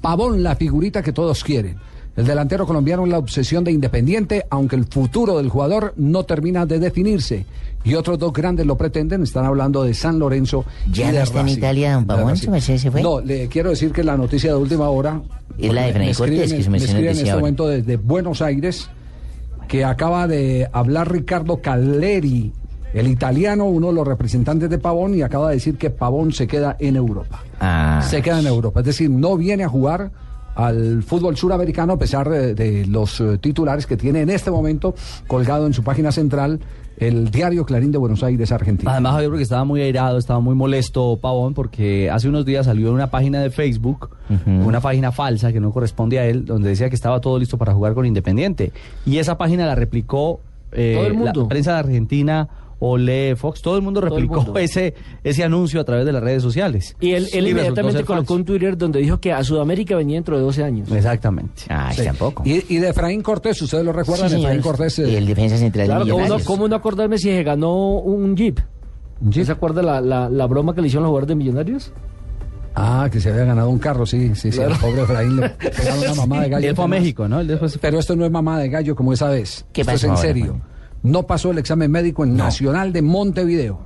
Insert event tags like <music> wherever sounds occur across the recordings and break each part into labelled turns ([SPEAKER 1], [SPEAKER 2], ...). [SPEAKER 1] Pavón, la figurita que todos quieren. El delantero colombiano es la obsesión de Independiente, aunque el futuro del jugador no termina de definirse. Y otros dos grandes lo pretenden, están hablando de San Lorenzo.
[SPEAKER 2] ¿Ya
[SPEAKER 1] y de
[SPEAKER 2] no está en
[SPEAKER 1] Racing.
[SPEAKER 2] Italia, don
[SPEAKER 1] De
[SPEAKER 2] Pavón?
[SPEAKER 1] Racing.
[SPEAKER 2] ¿Su merced se fue?
[SPEAKER 1] No, le quiero decir que la noticia de última hora.
[SPEAKER 2] Es la de
[SPEAKER 1] me-
[SPEAKER 2] Freddy
[SPEAKER 1] me
[SPEAKER 2] Cortés,
[SPEAKER 1] escriben-
[SPEAKER 2] que
[SPEAKER 1] me
[SPEAKER 2] su merced nos
[SPEAKER 1] escriben en
[SPEAKER 2] decía
[SPEAKER 1] este
[SPEAKER 2] ahora.
[SPEAKER 1] momento desde Buenos Aires que acaba de hablar Ricardo Calleri, el italiano, uno de los representantes de Pavón, y acaba de decir que Pavón se queda en Europa
[SPEAKER 2] Ah.
[SPEAKER 1] se queda en Europa. Es decir, no viene a jugar al fútbol suramericano a pesar de, de los eh, titulares que tiene en este momento colgado en su página central el diario Clarín de Buenos Aires, Argentina.
[SPEAKER 2] Ah,
[SPEAKER 3] Además, Javier, porque estaba muy airado, estaba muy molesto Pavón, porque hace unos días salió en una página de Facebook, una página falsa que no corresponde a él, donde decía que estaba todo listo para jugar con Independiente. Y esa página la replicó eh,
[SPEAKER 4] Todo el mundo.
[SPEAKER 3] la prensa de Argentina, Ole Fox, todo el mundo
[SPEAKER 4] el
[SPEAKER 3] replicó
[SPEAKER 4] mundo.
[SPEAKER 3] <laughs> Ese, ese anuncio a través de las redes sociales.
[SPEAKER 4] Y él, él
[SPEAKER 3] Y resultó
[SPEAKER 4] inmediatamente
[SPEAKER 3] ser
[SPEAKER 4] colocó un
[SPEAKER 3] falso.
[SPEAKER 4] Twitter donde dijo que a Sudamérica venía dentro de 12 años.
[SPEAKER 3] Exactamente.
[SPEAKER 2] Ay,
[SPEAKER 1] Sí.
[SPEAKER 2] tampoco.
[SPEAKER 1] Y, y de Efraín Cortés, ustedes lo recuerdan,
[SPEAKER 2] Sí,
[SPEAKER 1] Efraín
[SPEAKER 2] señores.
[SPEAKER 1] Cortés. eh,
[SPEAKER 2] El defensa central
[SPEAKER 4] Claro,
[SPEAKER 2] de
[SPEAKER 4] ¿cómo no,
[SPEAKER 2] Millonarios.
[SPEAKER 4] cómo no acordarme si se ganó un Jeep? ¿Sí se acuerda la, la- la broma que le hicieron los jugadores de Millonarios?
[SPEAKER 1] Ah, que se había ganado un carro, sí, sí, sí. al pobre Efraín
[SPEAKER 2] <laughs>
[SPEAKER 1] le pegaron una mamá de
[SPEAKER 3] Y
[SPEAKER 1] gallo.
[SPEAKER 3] él fue a México, ¿no? Él después se fue-
[SPEAKER 1] pues, Pero esto no es mamá de gallo como esa vez.
[SPEAKER 2] ¿Qué
[SPEAKER 1] esto
[SPEAKER 2] pasó
[SPEAKER 1] es en
[SPEAKER 2] ahora,
[SPEAKER 1] serio.
[SPEAKER 2] Juan?
[SPEAKER 1] No pasó el examen médico en Nacional de Montevideo.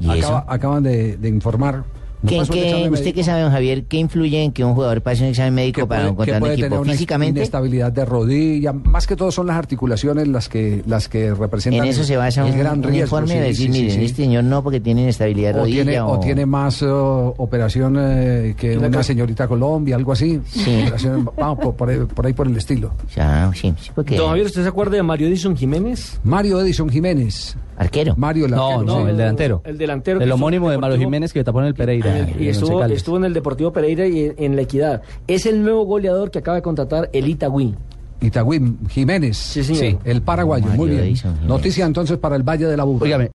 [SPEAKER 2] ¿Y eso?
[SPEAKER 1] Acaban de, de informar. No
[SPEAKER 2] ¿Qué-
[SPEAKER 1] pasó el
[SPEAKER 2] qué-
[SPEAKER 1] examen
[SPEAKER 2] ¿Usted
[SPEAKER 1] médico.
[SPEAKER 2] qué sabe, don Javier? ¿Qué influye en que un jugador pase un examen médico
[SPEAKER 1] que
[SPEAKER 2] para
[SPEAKER 1] puede, que
[SPEAKER 2] encontrar un
[SPEAKER 1] puede tener
[SPEAKER 2] equipo?
[SPEAKER 1] una
[SPEAKER 2] ¿Físicamente?
[SPEAKER 1] inestabilidad de rodilla, más que todo son las articulaciones las que las que representan
[SPEAKER 2] En eso
[SPEAKER 1] el-
[SPEAKER 2] se basa
[SPEAKER 1] el
[SPEAKER 2] un,
[SPEAKER 1] gran
[SPEAKER 2] un
[SPEAKER 1] riesgo, sí,
[SPEAKER 2] informe de decir,
[SPEAKER 1] sí, sí,
[SPEAKER 2] miren,
[SPEAKER 1] sí.
[SPEAKER 2] este señor no porque tiene inestabilidad de
[SPEAKER 1] o
[SPEAKER 2] rodilla.
[SPEAKER 1] tiene, o tiene más eh, operación eh, que una señorita Colombia, algo así.
[SPEAKER 2] Sí.
[SPEAKER 1] Operación- vamos, por, por ahí, por ahí por el estilo.
[SPEAKER 2] Ya, sí, sí, porque...
[SPEAKER 4] Don Javier, ¿usted se acuerda de Mario Edison Jiménez?
[SPEAKER 1] Mario Edison Jiménez.
[SPEAKER 2] Arquero.
[SPEAKER 1] Mario el
[SPEAKER 3] No,
[SPEAKER 1] arquero,
[SPEAKER 3] no,
[SPEAKER 1] sí.
[SPEAKER 3] el delantero.
[SPEAKER 4] El delantero
[SPEAKER 3] El
[SPEAKER 4] que
[SPEAKER 3] homónimo
[SPEAKER 4] hizo
[SPEAKER 3] de Mario
[SPEAKER 4] Deportivo-
[SPEAKER 3] Jiménez que tapó en el Pereira. en
[SPEAKER 4] y
[SPEAKER 3] el Once
[SPEAKER 4] estuvo,
[SPEAKER 3] Caldas.
[SPEAKER 4] estuvo en el Deportivo Pereira y en, en La Equidad. Es el nuevo goleador que acaba de contratar el Itagüí.
[SPEAKER 1] Itagüí Jiménez.
[SPEAKER 4] Sí, señor.
[SPEAKER 1] El paraguayo,
[SPEAKER 2] Mario
[SPEAKER 1] muy bien.
[SPEAKER 2] Edison Jiménez.
[SPEAKER 1] Noticia entonces para el Valle de la Burra.
[SPEAKER 3] Óigame,